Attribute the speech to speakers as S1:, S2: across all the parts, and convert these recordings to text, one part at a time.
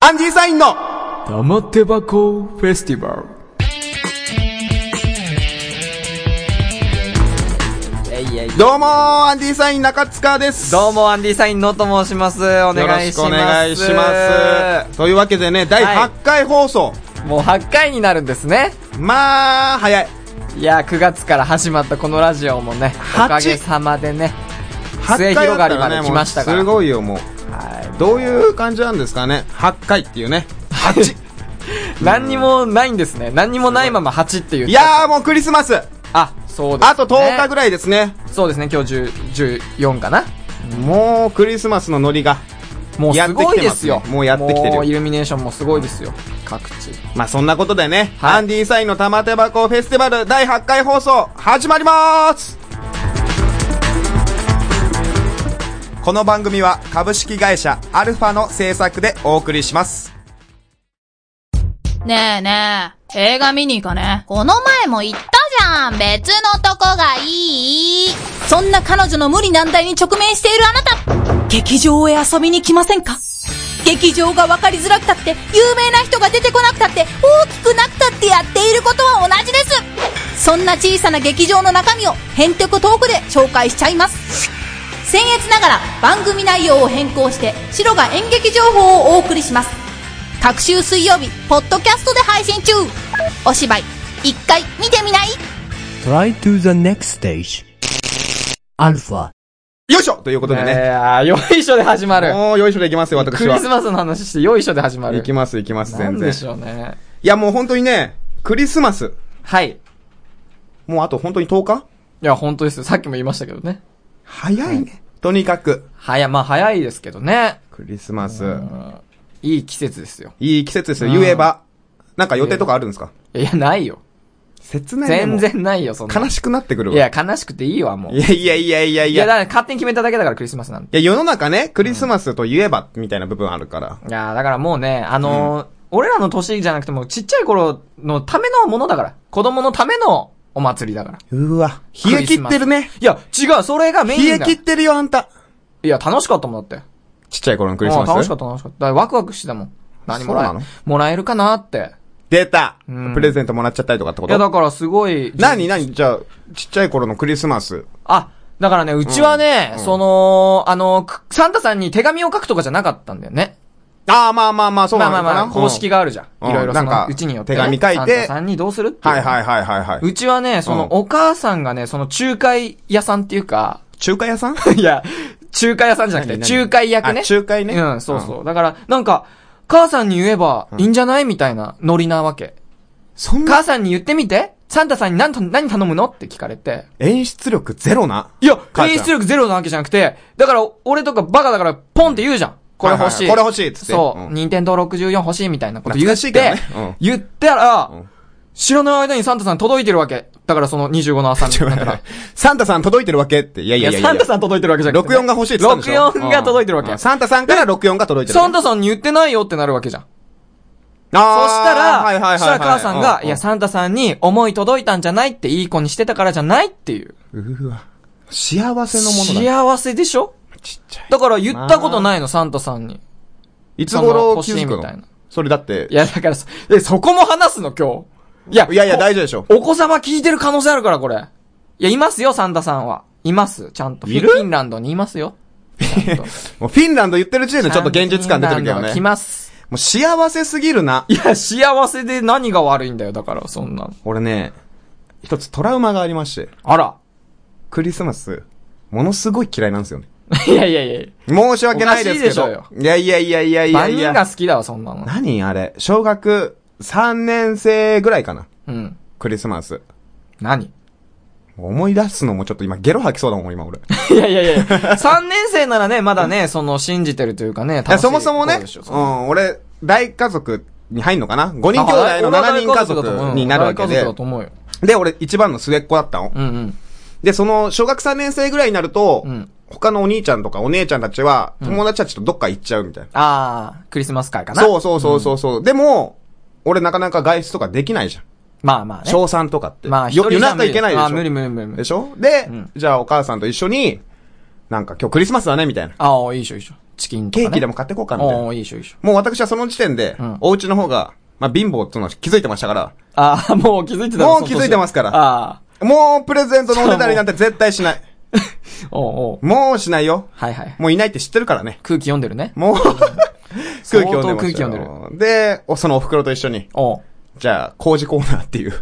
S1: アンディサインの
S2: 玉手箱フェスティバル。
S3: えいえい
S1: どうもーアンディサイン中塚です
S3: どうも、アンディサインのと申します。お願いします。
S1: よろしくお願いしますというわけでね第8回放送、
S3: もう8回になるんですね。
S1: まあ早い
S3: いやー、9月から始まったこのラジオもね、
S1: 八
S3: おかげさまでね、
S1: 8回
S3: 末
S1: だ
S3: 広
S1: った
S3: がり
S1: ら
S3: ま
S1: ね
S3: で
S1: も
S3: 来ましたから。
S1: すごいよもう
S3: は
S1: どういう感じなんですかね8回っていう ね8
S3: い。何にもないんですね。何にもないまま8っていう。
S1: いやーもうクリスマス
S3: あ、そうです、ね。
S1: あと10日ぐらいですね
S3: そうですね、今日10 14かな。
S1: もうクリスマスのノリが
S3: もうすごいです
S1: やっ
S3: よ
S1: てきてます。ねもうやってきてるよ
S3: もうイルミネーションもすごいですよ。各地。
S1: まあそんなことでね、
S3: はい
S1: アンディサインの玉手箱フェスティバル第8回放送始まりますこの番組は株式会社アルファの制作でお送りします。
S4: ねえねえ、映画見に行かね。この前も言ったじゃん別のとこがいいそんな彼女の無理難題に直面しているあなた劇場へ遊びに来ませんか劇場が分かりづらくたって、有名な人が出てこなくたって、大きくなくたってやっていることは同じですそんな小さな劇場の中身を、ヘンテコトークで紹介しちゃいます僭越ながら番組内容を変更して、白が演劇情報をお送りします。各週水曜日、ポッドキャストで配信中お芝居、一回見てみない
S5: Try to the next stage. Alpha.
S1: よいしょということでね。
S3: えー、よいしょで始まる。
S1: もうよいしょでいきますよ、
S3: ク
S1: 私
S3: リ
S1: は
S3: ス。マスの話してよいしょで始まる。
S1: いきます、いきます、
S3: なん
S1: 全
S3: で
S1: 然。
S3: しょうね。
S1: いやもう本当にね、クリスマス。
S3: はい。い
S1: もうあと本当に10日
S3: や、本当ですよ。さっきも言いましたけどね。
S1: 早いね。とにかく、
S3: 早、まあ早いですけどね。
S1: クリスマス。
S3: いい季節ですよ。
S1: いい季節ですよ、
S3: うん
S1: 言えば。なんか予定とかあるんですか
S3: いや、ないよ。
S1: 切ないねも
S3: 全
S1: う
S3: 然ないよ、そんな。
S1: 悲しくなってくるわ。
S3: いや、悲しくていいわ、もう。
S1: いやいやいやいやい
S3: い
S1: や。
S3: や、
S1: い
S3: だから勝手に決めただけだから、クリスマスなんて。
S1: や、世の中ね、クリスマスといえば、みたいな部分あるから。
S3: いや、だからもうね、あのー俺らの年じゃなくても、ちっちゃい頃のためのものだから。子供のためのお祭りだから。
S1: うわ。冷え切ってるね。
S3: いや、違う、それがメイン
S1: 冷え
S3: だ。
S1: 切ってるよ、あんた。
S3: いや、楽しかったもんだって。
S1: ちっちゃい頃のク
S3: ク
S1: リスマス。
S3: 楽しかった、楽しかった。だからワクワクしてたもん。何もら
S1: そう
S3: え
S1: なの、
S3: もらえるかなって。
S1: 出た、
S3: うん
S1: プレゼントもらっちゃったりとかってこ
S3: いや、だ
S1: と
S3: からすごい。
S1: なになにじゃあ、ちっちゃい頃のクリスマス。
S3: あ、だからね、うちはね、その、あの、くサンタさんに手紙を書くとかじゃなかったんだよね。
S1: ああ、まあまあまあ、そう
S3: ま
S1: な
S3: あ
S1: の
S3: まあ
S1: かな、
S3: まあ、公式
S1: が。
S3: があるじゃ
S1: うん
S3: ん。いろいろ
S1: な
S3: そ
S1: んか
S3: の、うちによってね、
S1: 手紙書いて
S3: サンタさんにどうするっていう。
S1: はいはいはいはいは
S3: う
S1: い。
S3: ちはね、その、
S1: う
S3: お母さんがね、その、仲介屋さんっていうか、
S1: 中華屋さん
S3: いや、仲介屋さんじゃなくて、
S1: 何何
S3: 仲介役ね
S1: あ。仲介ね
S3: うん、そうそう。だから、なんか、母さんに言えばいいんじゃないみたいなノリなわけ。
S1: そんな
S3: 母さんに言ってみてサンタさんに何と、何頼むのって聞かれて。
S1: 演出力ゼロ ない
S3: や、
S1: 母ちゃん
S3: 演出力ゼロなわけじゃなくて、だから、俺とかバカだから、ポンって言うじゃん。これ欲し
S1: はいは
S3: い。
S1: いこれ欲しいっつって
S3: そうう。
S1: ん
S3: 任天堂64欲しいみたいなこと言
S1: 懐か
S3: っ
S1: しいけど
S3: て
S1: ねうん、
S3: 言ったら
S1: ん、
S3: 知らない間にサンタさん届いてるわけ。だからその25 の朝になったら。
S1: サンタさん届いてるわけって。いやいやいやいや。
S3: サンタさん届いてるわけじゃなくてね。
S1: 64が欲しいって言ったんでしょ
S3: 64が届いてるわけ
S1: うん。サンタさんから64が届いてるわけ。
S3: サンタさんに言ってないよってなるわけじゃん。
S1: あー
S3: そした
S1: はいはいはいは
S3: ら、
S1: い
S3: そしたら母さん
S1: う
S3: が、
S1: う
S3: いや、サンタさんに思い届いたんじゃないっていい子にしてたからじゃないっていう。
S1: うわ。幸せのものだ。
S3: 幸せでしょ
S1: ちっちゃい。
S3: だから言ったことないの、サンタさんに。
S1: いつ頃
S3: 欲
S1: 気
S3: しい
S1: づく
S3: みたい
S1: の
S3: な。
S1: それだって
S3: い。や、だからそ、え、そこも話すの、今日。いや、
S1: いやいや、大丈夫でしょ。
S3: おお子様聞いてる可能性あるから、これ。いや、いますよ、サンタさんは。います。ちゃんと。
S1: いる
S3: フィンランドにいますよ。
S1: もうフィンランド言ってる時点でちょっと現実感出てるけど
S3: フィンランド
S1: ね
S3: が来。ます。
S1: もう幸せすぎるな。
S3: いや、幸せで何が悪いんだよ、だから、そんなの。
S1: 俺ね、一つトラウマがありまして、
S3: あら。
S1: クリスマス、ものすごい嫌いなんですよね。
S3: いやいやいや
S1: 申し訳ないですけ
S3: おかしい
S1: ど
S3: で。
S1: いやいやいやいやいや
S3: 万
S1: い
S3: 人が
S1: や。
S3: 好きだわ、そんなの。
S1: 何あれ、小学3年生ぐらいかな。
S3: うん。
S1: クリスマス。
S3: 何
S1: 思い出すのもちょっと今ゲロ吐きそうだもん、今俺。
S3: いやいやいや3年生ならね、まだね、その、信じてるというかね、
S1: いや、そもそもね、
S3: 楽しいことでし
S1: う
S3: ょ
S1: ん、俺、大家族に入んのかな ?5 人兄弟の
S3: あ
S1: 7人家族になるわけ
S3: 大家
S1: で
S3: 族だ。と思うよ。
S1: で、俺一番の末っ子だったの。
S3: うんうん。
S1: で、その、小学3年生ぐらいになると、
S3: うん
S1: 他のお兄ちゃんとかお姉ちゃんたちは、友達たちとどっか行っちゃうみたいな。
S3: ああ、クリスマス会かな。
S1: そうそうそうそうそう、でも、俺なかなか外出とかできないじゃん。
S3: まあまあね。
S1: 小3とかって。
S3: まあ、
S1: よ
S3: 一人
S1: 夜
S3: じゃ
S1: 中
S3: 無理
S1: 行けないでし
S3: あ
S1: ょ。
S3: ー無理無理無理無
S1: で
S3: 理。
S1: しょで、
S3: ん
S1: じゃあお母さんと一緒に、なんか今日クリスマスだねみたいな。
S3: ああ、いいでしょいいでしょ。チキンとか、
S1: ケ
S3: ね。
S1: ーキでも買ってこうかみたいな
S3: お。ーいいでしょ、いいでしょ。
S1: もう私はその時点で、
S3: ん
S1: お家の方が、まあ、貧乏っていうのは気づいてましたから、
S3: ああ、もう気づいてた
S1: もう気づいてますから
S3: ああ
S1: もうプレゼントのおねだりなんて絶対しない。
S3: ー。おうおう。
S1: もうしないよ。
S3: はいはい。
S1: もういないって知ってるからね。
S3: 空気読んでるね。
S1: もう、空気読んでま
S3: 相当空
S1: し
S3: 気
S1: た
S3: 読
S1: よ
S3: ん
S1: で、おそのお袋と一緒に、
S3: おう。
S1: じゃあ、工事コーナーっていう、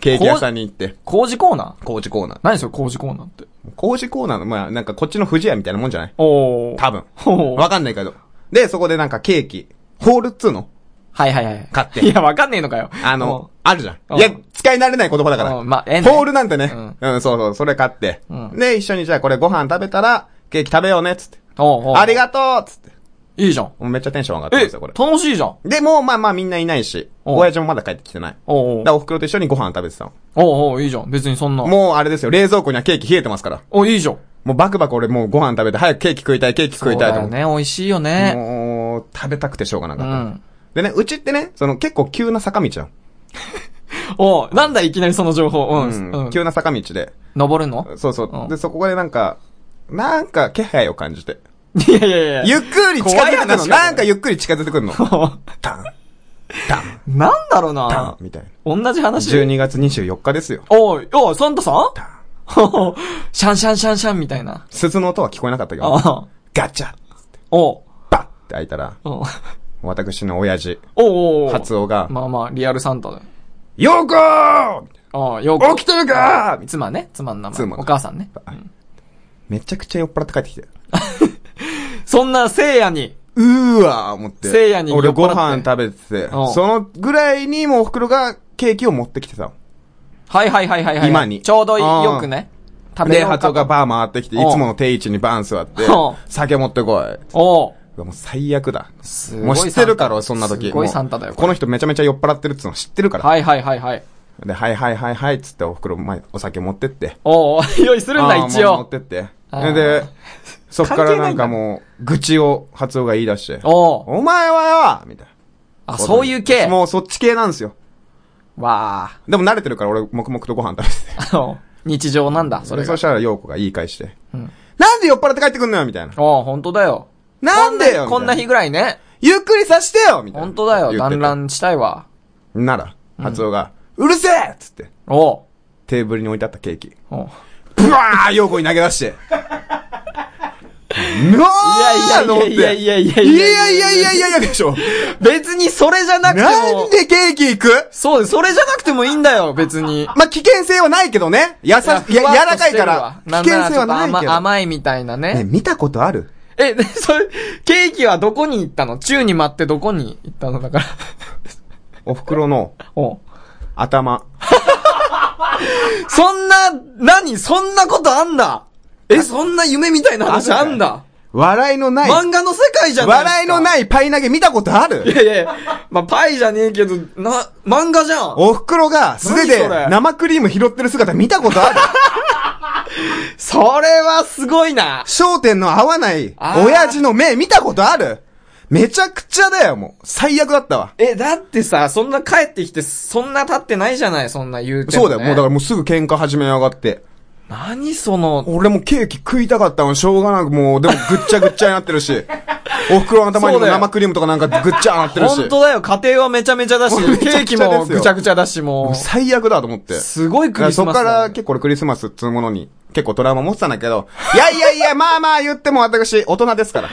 S1: ケーキ屋さんに行って、
S3: 工事コーナー
S1: 工事コーナー。
S3: 何それ工事コーナーって。
S1: 工事コーナーの、まあ、なんかこっちの富士屋みたいなもんじゃない
S3: おお。
S1: 多分。
S3: おー
S1: わかんないけど。で、そこでなんかケーキ、ホールっつうの
S3: はいはいはい。
S1: 買って
S3: いや、わかんねえのかよ。
S1: あの、あるじゃ
S3: うん
S1: ん。いや、使い慣れない言葉だから。
S3: うんまあええね
S1: ホールなんてね。
S3: う
S1: うんん、そうそう、それ買って。
S3: うん
S1: で、一緒にじゃあこれご飯食べたら、ケーキ食べようね、つって。
S3: おうおう。
S1: ありがとうつって。
S3: いいじゃん。
S1: もうめっちゃテンション上がってま
S3: え、
S1: すよ、これ。
S3: 楽しいじゃん。
S1: で、もうまあまあみんないないし、
S3: うん
S1: 親父もまだ帰ってきてない。
S3: おうおう
S1: だからお袋と一緒にご飯食べてたの。
S3: おうおう、いいじゃん。別にそんな。
S1: もうあれですよ、冷蔵庫にはケーキ冷えてますから。
S3: お、いいじゃん。
S1: もうバクバク俺もうご飯食べて、早くケーキ食いたい、ケーキ食いたいと
S3: そ
S1: 思
S3: う
S1: っ
S3: だ
S1: て。
S3: よね、美味しいよね。
S1: もう、食べたくてしょうがな
S3: う
S1: かった。
S3: ん。
S1: でね、うちってね、その結構急な坂道じゃん。
S3: おうなんだいきなりその情報。うん。
S1: う
S3: うん
S1: ん。急な坂道で。
S3: 登るの
S1: そうそうう。
S3: ん
S1: で、そこでなんか、なんか気配を感じて。
S3: いやいやいや。
S1: ゆっくり近づいて
S3: 怖い
S1: く
S3: 話
S1: の。
S3: だね
S1: なんかゆっくり近づいてくるの。タン、タン、
S3: なんだろう
S1: タン
S3: な、
S1: みたいな。
S3: 同じ話。
S1: 12月24日ですよ。
S3: おい、おい、サンタさん
S1: タン。
S3: おうシャンシャンシャンシャンみたいな。
S1: 鈴の音は聞こえなかったけど、
S3: ああ。
S1: ガチャ
S3: おう。
S1: バッって開いたら、
S3: おう
S1: 私の親父、
S3: おうおう。
S1: 発音が、
S3: まあまあ、リアルサンタだよ。
S1: ようこー
S3: ああ、よく。
S1: 起きてるかー
S3: 妻ね、妻の名前。
S1: 妻
S3: お母さんね。
S1: めちゃくちゃ酔っ払って帰ってきて。
S3: そんな、聖夜に。
S1: うーわー思って。
S3: せいやに酔っ払
S1: 俺
S3: って
S1: ご飯食べてて、
S3: うん
S1: そのぐらいにもうお袋がケーキを持ってきてたの。
S3: はいはいはいはいはい。
S1: 今に
S3: ちょうどいいよくね。食べ
S1: で、
S3: ようか
S1: 発
S3: と
S1: 音がバー回ってきて、い
S3: うん
S1: つもの定位置にバーン座って
S3: うん、
S1: 酒持ってこい。
S3: おう
S1: うわもう最悪だ。
S3: ごい
S1: もう知ってるか
S3: サン
S1: ら、
S3: タ
S1: そんな時。
S3: すごい
S1: もう
S3: サンタだよこれ
S1: この人めちゃめちゃ酔っ払ってるっつうの知ってるから。
S3: はいはいはいはい。
S1: で、はいはいはいはいっつってお袋前、お酒持ってって。
S3: おうお う、用意するんだ、
S1: あー
S3: 一
S1: もう持っ
S3: 応。
S1: てって
S3: あー。
S1: で、そっからなん
S3: 関係な
S1: か
S3: いんだ
S1: もう、愚痴を発音が言い出して。
S3: おう。
S1: お前はよみたいな。
S3: あ、そういう系。
S1: もうそっち系なんですよ。
S3: わあ。
S1: でも慣れてるから俺、黙々とご飯食べてて。
S3: あの、日常なんだ、そ
S1: そ
S3: れ
S1: れ
S3: が
S1: そし。たら、陽子が言い返して。
S3: ん
S1: なんで酔っ払って帰ってくんのよみたいな。
S3: おう、ほんとだよ。
S1: なんでよ
S3: こんな
S1: みたい
S3: 日ぐらいね。
S1: ゆっくりさしてよみたいな。
S3: ほんとだ
S1: 言
S3: よ、
S1: って
S3: 団
S1: て
S3: らんしたいわ。
S1: なら、発音が、うるせえっつって、
S3: おう。
S1: テーブルに置いてあったケーキ。
S3: おう
S1: ブワー陽子に投げ出して。うわーと思って
S3: いやいやいやいやい
S1: い
S3: や
S1: やいやいやいやいやでしょ。
S3: 別にそれじゃなくて
S1: な
S3: も
S1: ん。でケーキ行く
S3: そうです、それじゃなくてもいいんだよ、別に。
S1: まあ、危険性はないけどね。優し、いや、
S3: ふわっと
S1: 柔らかいか
S3: して
S1: ら。
S3: る
S1: 危
S3: わ
S1: 険性はない
S3: んら
S1: け
S3: ちょっと甘
S1: ど。
S3: 甘いみたいな
S1: ね、
S3: ね。
S1: 見たことある
S3: え、で、それ、ケーキはどこに行ったの宙に舞ってどこに行ったのだから。
S1: お袋の
S3: おう
S1: 頭。
S3: そんな、何そんなことあんだえ、そんな夢みたいな話あんだ
S1: 笑いのない。
S3: 漫画の世界じゃない
S1: 笑いの
S3: い
S1: ないパイ投げ見たことあ
S3: い
S1: る
S3: やいやいや、まあ、パイじゃねえけど、な、漫画じゃん
S1: お袋が素手
S3: 何
S1: で
S3: それ
S1: 生クリーム拾ってる姿見たことあ る
S3: それはすごいな
S1: 焦点の合わない
S3: あー
S1: 親父の目見たことあるめちゃくちゃだよ、もう。最悪だったわ。
S3: え、だってさ、そんな帰ってきて、そんな経ってないじゃないそんな言うても、ね。
S1: そうだよ、もうだからもうすぐ喧嘩始めやがって。
S3: 何その、
S1: 俺もケーキ食いたかったのしょうがなく、もう、でもぐっちゃぐっちゃになってる し。お袋の頭に
S3: そ
S1: も
S3: うだよ
S1: 生クリームとかなんかぐっちゃなってるし。
S3: 本当だよ、家庭はめちゃめちゃだし、
S1: もうめち
S3: ケー
S1: ゃく
S3: キ
S1: ちゃですよ
S3: もぐちゃぐちゃだし、も
S1: もう
S3: う。
S1: 最悪だと思って。
S3: すごいクリス
S1: そ
S3: マ
S1: こ
S3: スだ
S1: か
S3: ね、
S1: ら結構俺クリスマスっつうものに結構トラウマ持ってたんだけど、いやいやいや、まあまあ言っても私、大人ですから。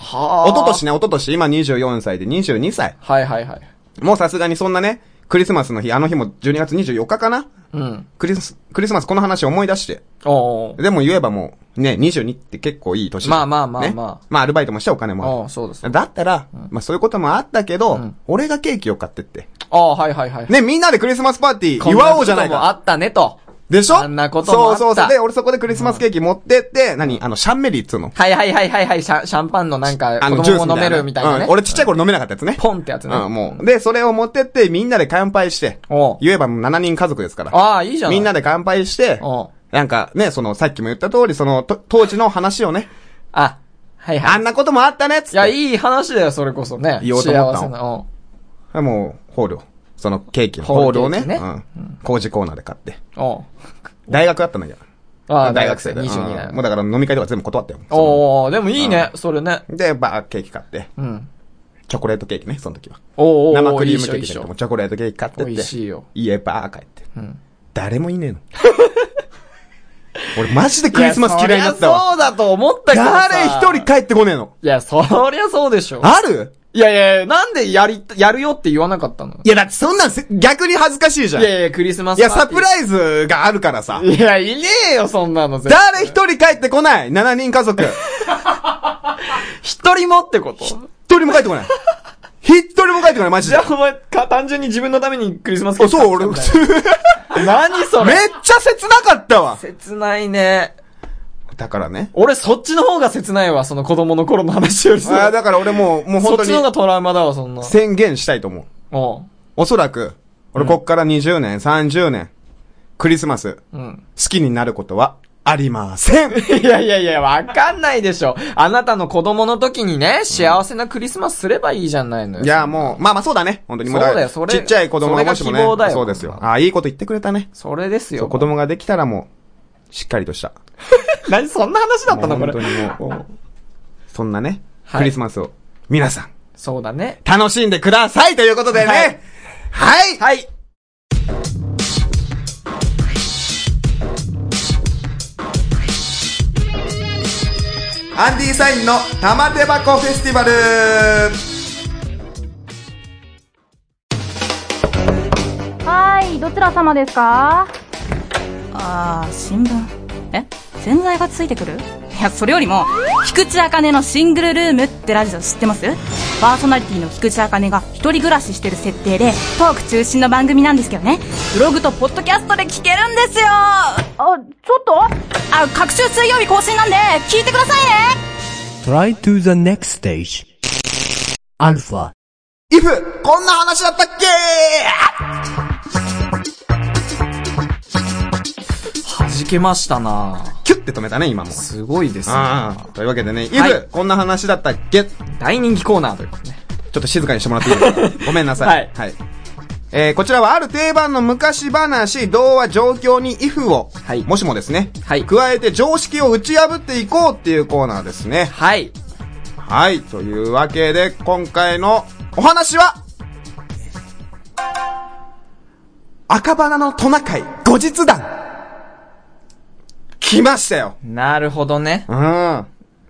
S3: は
S1: おととしね、おととし、今24歳で22歳。
S3: はいはいはい。
S1: もうさすがにそんなね、クリスマスの日、あの日も12月24日かな
S3: うん。
S1: クリス、クリスマスこの話思い出して。
S3: おうおう
S1: でも言えばもう、ね、22って結構いい年じゃん
S3: まあまあまあ
S1: ね
S3: まあ
S1: まあアルバイトもしてお金も
S3: お
S1: あ
S3: うそうです。
S1: る。だったら、まあそういうこともあったけど、
S3: ん
S1: 俺がケーキを買ってって。
S3: ああ、はいはいはい。
S1: ね、みんなでクリスマスパーティー
S3: こん
S1: 祝おうじゃない
S3: こともあ
S1: か。
S3: ったねと。
S1: でしょ
S3: あんなこともあった
S1: そうそうそう。で、俺そこでクリスマスケーキ持ってって、何あの、シャンメリーっつうの。
S3: はいはいはいはいはい、シャンシャンパンのなんか、
S1: あ
S3: 子
S1: の、ジュー
S3: 供
S1: ス
S3: も飲めるみ
S1: み
S3: た
S1: た
S3: い
S1: い
S3: な
S1: な。
S3: ね。
S1: うん、俺ちっちゃい頃飲めなかったやつね。
S3: ポンってやつね。
S1: うん、もう。で、それを持ってって、みんなで乾杯して
S3: おう、
S1: 言えばもう7人家族ですから。
S3: ああ、いいじゃん。
S1: みんなで乾杯して、
S3: おう
S1: なんかね、その、さっきも言った通り、その、と当時の話をね、
S3: あ、はいはい。
S1: あんなこともあったねっつって。
S3: いや、いい話だよ、それこそね。
S1: 言おうと思ったの
S3: 幸せな。うん
S1: はいもう、ホールを。その、ケーキの
S3: ホ
S1: ホ
S3: ー
S1: ー
S3: ル
S1: ルをね、
S3: ケーキね
S1: うん。工事コーナーで買って。
S3: おう
S1: 大学だったんだけど。
S3: あー
S1: 大学生で。
S3: 大学生22だよ
S1: うんもうだから飲み会とか全部断ったよ。
S3: おー、でもいいね、それね。
S1: で、バーケーキ買って、
S3: うん。
S1: チョコレートケーキね、その時は。
S3: おーおーおー、
S1: 生クリームケ
S3: い
S1: ー
S3: いっ
S1: キ
S3: し
S1: で
S3: ょいいっしょ
S1: もチョコレートケーキ買ってって。
S3: 美味しいよ。
S1: 家バー帰って。
S3: うん。
S1: 誰もいねえの。 俺マジでクリスマス嫌いになったわ。
S3: いやそりゃそうだと思ったけどさ。
S1: 誰一人帰ってこねえの。
S3: いや、そりゃそうでしょ。
S1: ある
S3: いやいや、なんでやり、やるよって言わなかったの
S1: いやだってそんなんせ逆に恥ずかしいじゃん。
S3: い
S1: い
S3: やいや、クリスマスパー
S1: や、
S3: ティー。
S1: サプライズがあるからさ。
S3: いや、いねえよ、そんなの。絶対
S1: 誰一人帰ってこない !7 人家族。
S3: 一人もってこと
S1: 一人も帰ってこない。一人も帰ってこない、マジ
S3: じ
S1: で
S3: ゃ。あ、お前、か、単純に自分のためにクリスマスケ
S1: あ
S3: ーキ
S1: そう、俺、
S3: 買
S1: 普
S3: ったんだ
S1: 通。
S3: よ 何そ
S1: めっ
S3: れ
S1: ちゃ切なかったわ。
S3: 切ないね。
S1: だからね。
S3: 俺、そっちの方が切ないわ、その子供の頃の話より
S1: あ
S3: さ
S1: ー。だから俺もう、もう
S3: そ
S1: 本
S3: っ
S1: 当
S3: ちの方
S1: に
S3: がトラウマだわ、そんな。
S1: 宣言したいと思う。
S3: お
S1: おそらく、俺こっから20年、30年、クリスマス、好
S3: う。うん。
S1: きになることはありません。
S3: いやいやいや、わかんないでしょ。あなたの子供の時にね、幸せなクリスマスすればいいじゃないのよ。
S1: いや、もう、まあまあそうだね。本当にも
S3: そうだよそれ
S1: ちっちゃい子供がもしもね。
S3: それが希望だよ
S1: そうですよ。ああ、いいこと言ってくれたね。
S3: それです
S1: そう
S3: よ。
S1: 子供ができたらもう、しっかりとした。
S3: 何そんな話だったの
S1: もう
S3: これ
S1: 本。当 にもう、そんなね、
S3: はい
S1: クリスマスを、皆さん、
S3: そうだね。
S1: 楽しんでくださいということでね。はい
S3: はい。
S1: アンディサインの玉手箱フェスティバル
S6: はい、どちら様ですか
S7: あー、新聞。え洗剤がついてくるいや、それよりも、菊池茜のシングルルームってラジオ知ってますパーソナリティの菊池茜が一人暮らししてる設定で、トーク中心の番組なんですけどね、ブログとポッドキャストで聞けるんですよ
S6: あ、
S7: あ、
S6: ちょっと
S7: 各週水曜日更新なんで、聞いてくださいね
S5: Try to the next stage. Alpha.
S1: ?if! こんな話だったっけ
S3: 弾けましたな
S1: キュッて止めたね、今も。
S3: すごいですね。
S1: ああ、というわけでね、if、
S3: はい
S1: こんな話だったっけちょ
S3: 大人気コーナーということね。
S1: っと静かにしてもらっていい ですかごめんなさい。
S3: はい
S1: えー、こちらはある定番の昔話、童話、状況に if を、
S3: はい
S1: もしもですね、
S3: はい
S1: 加えて常識を打ち破っていこうっていうコーナーですね。
S3: はい。
S1: はい。というわけで、今回のお話は、赤花のトナカイ後日談。来ましたよ。
S3: なるほどね。
S1: うん。ま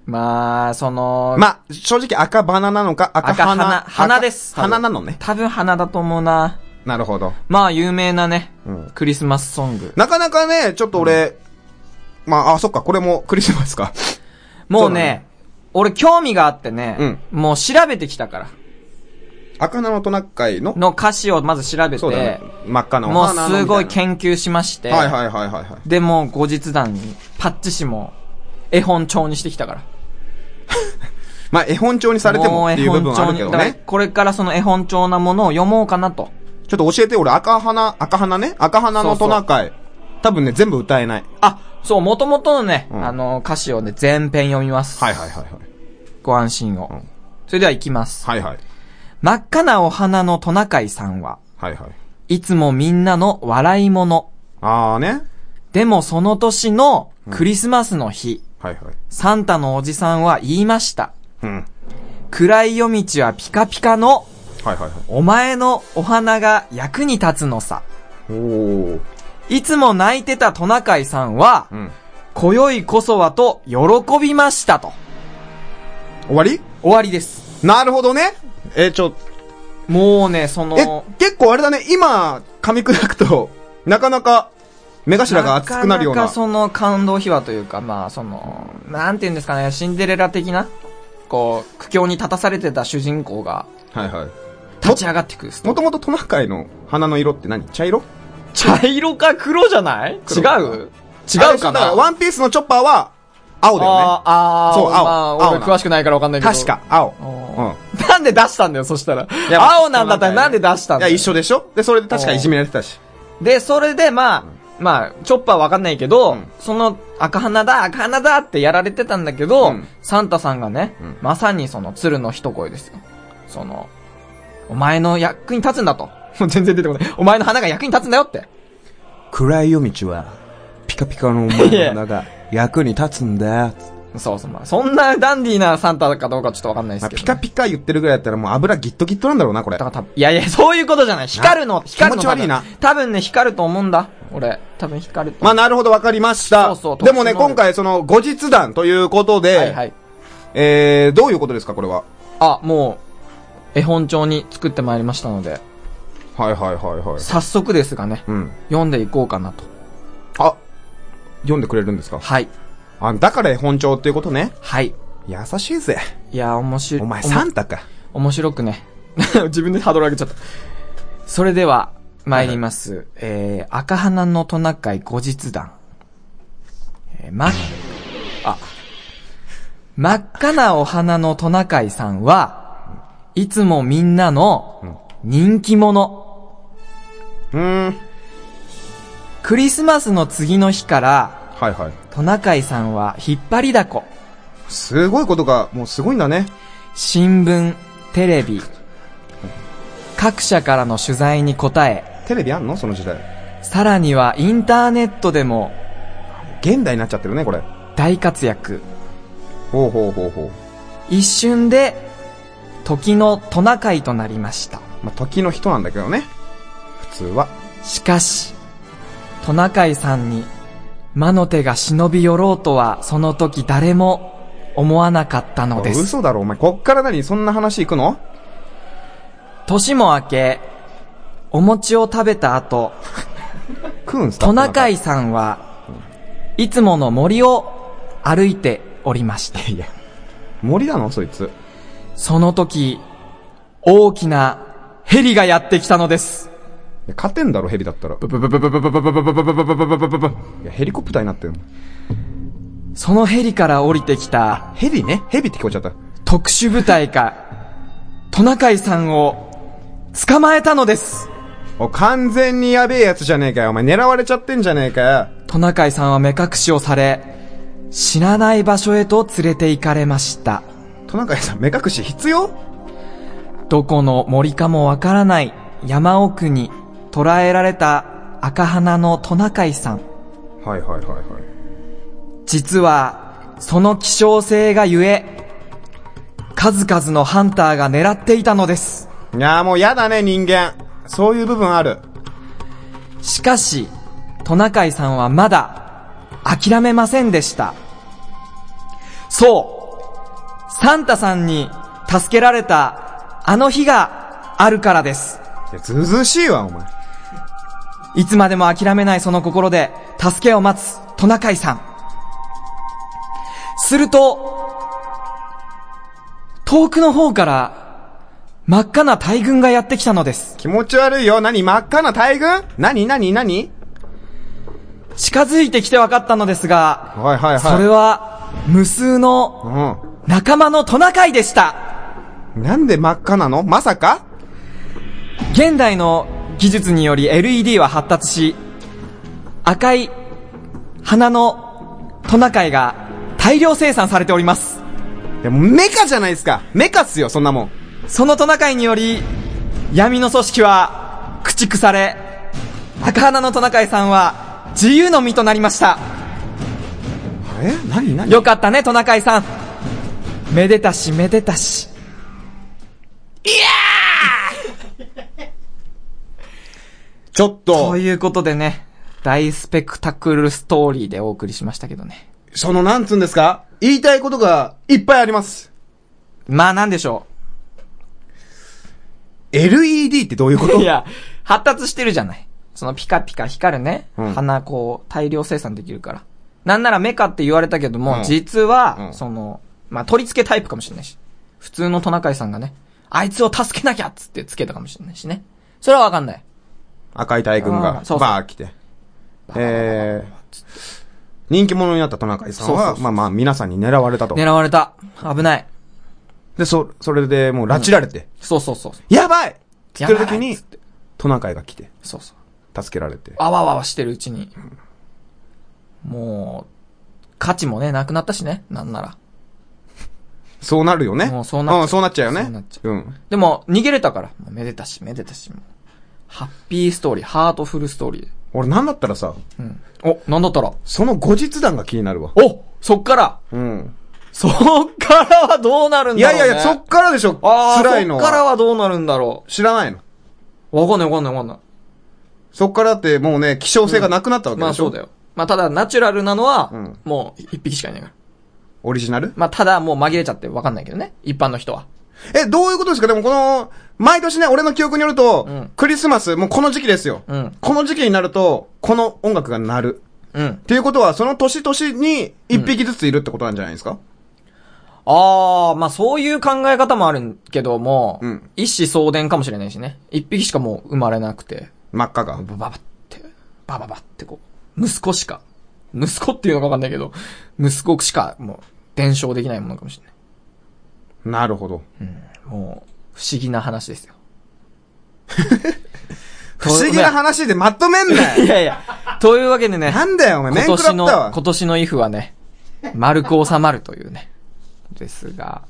S3: まあ、その、
S1: あ、正直赤花なのか赤
S3: 赤
S1: 花
S3: 花、花
S1: 赤
S3: です。多分
S1: 花なのね。
S3: 多分花だと思うな。
S1: なるほど。
S3: まあ、有名なね、
S1: うん
S3: クリスマスソング。
S1: なかなかね、ちょっと俺、まあ、あ、そっか、これもクリスマスか。
S3: も
S1: そううだね
S3: ね、俺興味があってね、もう調べてきたから。
S1: 赤花のトナカイの、
S3: の歌詞をまず調べ
S1: そうだ
S3: て
S1: ね、。真っ赤なお
S3: もう
S1: 花のみたな。
S3: すごい研究しまして、
S1: はいはいはいはいはい。
S3: で、もう後日談に、パッチ氏も、絵本帳にしてきたから。
S1: まあ、絵本帳にされてもっていう部分はあるけど
S3: だから
S1: ね。
S3: これからその絵本帳なものを読もうかなと。
S1: ちょっと教えて、俺、赤花、赤花ね。赤花のトナカイ。多分ね、全部歌えない。
S3: あ、そう、元々のね、
S1: うん
S3: あの、歌詞をね、全編読みます。
S1: はいはいはいはい。
S3: ご安心を。
S1: ん
S3: それでは行きます。
S1: はいはい。
S3: 真っ赤なお花のトナカイさんは、
S1: はいはい。
S3: いつもみんなの笑い者。
S1: あーね。
S3: でもその年のクリスマスの日、
S1: はいはい。
S3: サンタのおじさんは言いました。
S1: うん。はい
S3: 暗い夜道はピカピカの、
S1: はいはい。
S3: お前のお花が役に立つのさ。
S1: おー。
S3: いつも泣いてたトナカイさんは
S1: う、ん。
S3: 今宵こそはと喜びましたと。
S1: 終わり
S3: 終わりです。
S1: なるほどね。え、ちょ、
S3: もうね、そ
S1: え
S3: の、、
S1: 結構あれだね、今、噛み砕くと、なかなか、目頭が熱くなるような。
S3: かかその感動秘話というか、まあ、その、なんて言うんですかね、シンデレラ的な、こう、苦境に立たされてた主人公が、
S1: はいはい。
S3: 立ち上がってくるストー
S1: も
S3: リ
S1: ともとトナカイの花の色って何茶色
S3: ー茶色か黒じゃない違
S1: 黒か
S3: う違うか
S1: あれだら
S3: な
S1: ワンピースのチョッパーは、青だよね。
S3: あーあー、
S1: そう青
S3: まあ、俺
S1: 青な
S3: 詳しくないからわかんないけど。
S1: 確か、青。
S3: お
S1: うん。
S3: なんで出したんだよ、そしたら。
S1: いやまあ
S3: 青なんだったらなんで出したん
S1: い
S3: だ
S1: や、
S3: よ。
S1: 一緒でしょで、それで確かいじめられてたし。
S3: で、それで、まあ、まあ、チョッパーわかんないけ
S1: う
S3: ど、
S1: ん
S3: その、赤花だ、赤花だってやられてたんだけ
S1: う
S3: ど、
S1: ん
S3: サンタさんがね、
S1: うん
S3: まさにその、鶴の一声ですよ。その、お前の役に立つんだと。もう全然出てこない。お前の花が役に立つんだよって。
S1: 暗い夜道は、ピピカピカのお
S3: い
S1: 前
S3: や
S1: のが役に立つんだよ。
S3: そうそう、まあ、そんなダンディーなサンタかどうかちょっとわかんない
S1: ま
S3: で
S1: すあ
S3: けど、
S1: ピカ
S3: カ。
S1: ピカ言ってるぐらいだったらもう油ギットギットなんだろうな、これ
S3: だか。ら多分、いやいや、そういうことじゃない。光るの、光るの。
S1: 気持ち悪いな
S3: 多分多分ね、光ると思うんだ。俺、多分光ると
S1: ま
S3: 思
S1: あなるほど、わかりました。
S3: そうそう
S1: でもね、
S3: 特殊能力
S1: 今回その後日談ということで、
S3: う。はいはい。
S1: えー、どういうことですか、これは。
S3: あ、もう、絵本帳に作ってまいりましたので、
S1: はいはいはいはい。
S3: 早速ですがね、
S1: うん。
S3: 読んでいこうかなと。
S1: あ、読んでくれるんですか
S3: はい。
S1: あ、だから絵本帳っていうことね。
S3: はい。
S1: 優しいぜ。
S3: いや、面白い。
S1: お前
S3: おも
S1: サンタか。
S3: 面白くね。 自分でハードル上げちゃった。それでは、参ります。えー、赤花のトナカイ後日談。えー、ま、あ、真っ赤なお花のトナカイさんは、いつもみんなの人気者。
S1: うーん。
S3: クリスマスの次の日から、
S1: はいはい。
S3: トナカイさんは引っ張りだこ。
S1: すごいことが、もうすごいんだね。
S3: 新聞、テレビ、各社からの取材に答え、
S1: テレビあんのその時代。
S3: さらにはインターネットでも
S1: 現代になっちゃってるね、これ。
S3: 大活躍。
S1: ほうほうほうほう。
S3: 一瞬で、時のトナカイとなりました。
S1: まあ、時の人なんだけどね。普通は。
S3: しかし、トナカイさんに魔の手が忍び寄ろうとはその時誰も思わなかったのです。
S1: 嘘だろ、お前。こっから何そんな話行くの
S3: 年も明け、お餅を食べた後、
S1: 食うんすか
S3: トナカイ。さんはいつもの森を歩いておりました。
S1: いや、森なのそいつ。
S3: その時、大きなヘリがやってきたのです。
S1: いや勝てんだろ、ヘリだったら。いや、ヘリコプターになってるの。
S3: そのヘリから降りてきた
S1: ヘリねヘビって聞こえちゃった。
S3: 特殊部隊が、トナカイさんを捕まえたのです。
S1: お、完全にやべえやつじゃねえかよ。お前狙われちゃってんじゃねえかよ。
S3: トナカイさんは目隠しをされ、知らない場所へと連れて行かれました。
S1: トナカイさん、目隠し必要
S3: どこの森かもわからない山奥に捕らえられた赤鼻のトナカイさん。
S1: はいはいはいはい。
S3: 実は、その希少性がゆえ、数々のハンターが狙っていたのです。
S1: いやーもうやだね、人間。そういう部分ある。
S3: しかし、トナカイさんはまだ、諦めませんでした。そうサンタさんに助けられた、あの日があるからです。
S1: いや、ずうずうしいわ、お前。
S3: いつまでも諦めないその心で、助けを待つトナカイさん。すると、遠くの方から、真っ赤な大群がやってきたのです。
S1: 気持ち悪いよ。何真っ赤な大群何何何
S3: 近づいてきて分かったのですが、
S1: はいはいはい。
S3: それは、無数の
S1: う
S3: 仲間のトナカイでした。
S1: ん。なんで真っ赤なのまさか
S3: 現代の技術により LED は発達し、赤い花のトナカイが大量生産されております。
S1: いや、もうメカじゃないですか。メカっすよ、そんなもん。
S3: そのトナカイにより、闇の組織は駆逐され、赤花のトナカイさんは自由の身となりました。
S1: え何何
S3: よかったね、トナカイさん。めでたし、めでたし。
S1: ちょっと
S3: と、いうことでね、大スペクタクルストーリーでお送りしましたけどね。
S1: その、なんつうんですか言いたいことがいっぱいあります。
S3: まあなんでしょ
S1: LED ってどういうこと
S3: う。いや、発達してるじゃない。そのピカピカ光るね、
S1: うん
S3: 花こう大量生産できるから。なんならメカって言われたけども、
S1: うん
S3: 実は、
S1: うん
S3: その、まあ取り付けタイプかもしれないし。普通のトナカイさんがね、あいつを助けなきゃっつってつけたかもしれないしね。それはわかんない。
S1: 赤い大群
S3: あ
S1: が
S3: ー、そうそう
S1: バー来て。えー、人気者になったトナカイさん
S3: そうそう
S1: は、
S3: そう
S1: まあまあ、皆さんに狙われたと。
S3: 狙われた。危ない。
S1: で、そ、それでもう拉致られて、
S3: そうそうそう。
S1: やばいつってる時
S3: やばいっ
S1: に
S3: つって、
S1: トナカイが来て、
S3: そうそう。
S1: 助けられて。
S3: あわわわしてるうちに。もう、価値もね、なくなったしね。なんなら。
S1: そうなるよね。
S3: もうそうなっちゃうん
S1: そうなっちゃうよね。
S3: そうなっちゃ
S1: ん。
S3: でも、逃げれたから。もうめでたし、めでたし。もうハッピーストーリー、ハートフルストーリー。
S1: 俺なんだったらさ、
S3: お、なんだったら。
S1: その後日談が気になるわ。
S3: おそっから
S1: うん。
S3: そっからはどうなるん
S1: い
S3: だ
S1: や
S3: ろう、
S1: い
S3: ね、
S1: やいや、そっからでしょ、
S3: あ
S1: 辛い
S3: ー
S1: の
S3: そ
S1: は。
S3: っからはどうなるんだろ
S1: 知らないの。
S3: う。わかんないわかんないわかんない。
S1: そっからだってもうね、希少性がなくなったわけ
S3: まあ
S1: でしょ、
S3: そうだよ。まあただナチュラルなのは、
S1: うん
S3: もう一匹しかいないから。
S1: オリジナル
S3: まあただもう紛れちゃってわかんないけどね。一般の人は。
S1: え、どういうことですかでもこの、毎年ね、俺の記憶によると、
S3: うん
S1: クリスマス、もうこの時期ですよ。
S3: うん
S1: この時期になると、この音楽が鳴る。
S3: うん
S1: っ。ていうことは、その年々に一匹ずついるってことなんじゃないですか、
S3: ああ、まあそういう考え方もあるけども、
S1: うん
S3: 一子相伝かもしれないしね。一匹しかもう生まれなくて、
S1: 真っ赤が。
S3: バババって、バババってこう、息子しか、息子っていうのかわかんないけど、息子しかもう伝承できないものかもしれない。
S1: なるほど。
S3: もう、不思議な話ですよ。
S1: 不思議な話でまとめんな
S3: い
S1: よ
S3: やいや、というわけでね、
S1: なんだよ、お前、面
S3: 今
S1: 食ら
S3: 年
S1: った
S3: の、
S1: わ
S3: 今。年のイフはね、丸く収まるというね。ですが、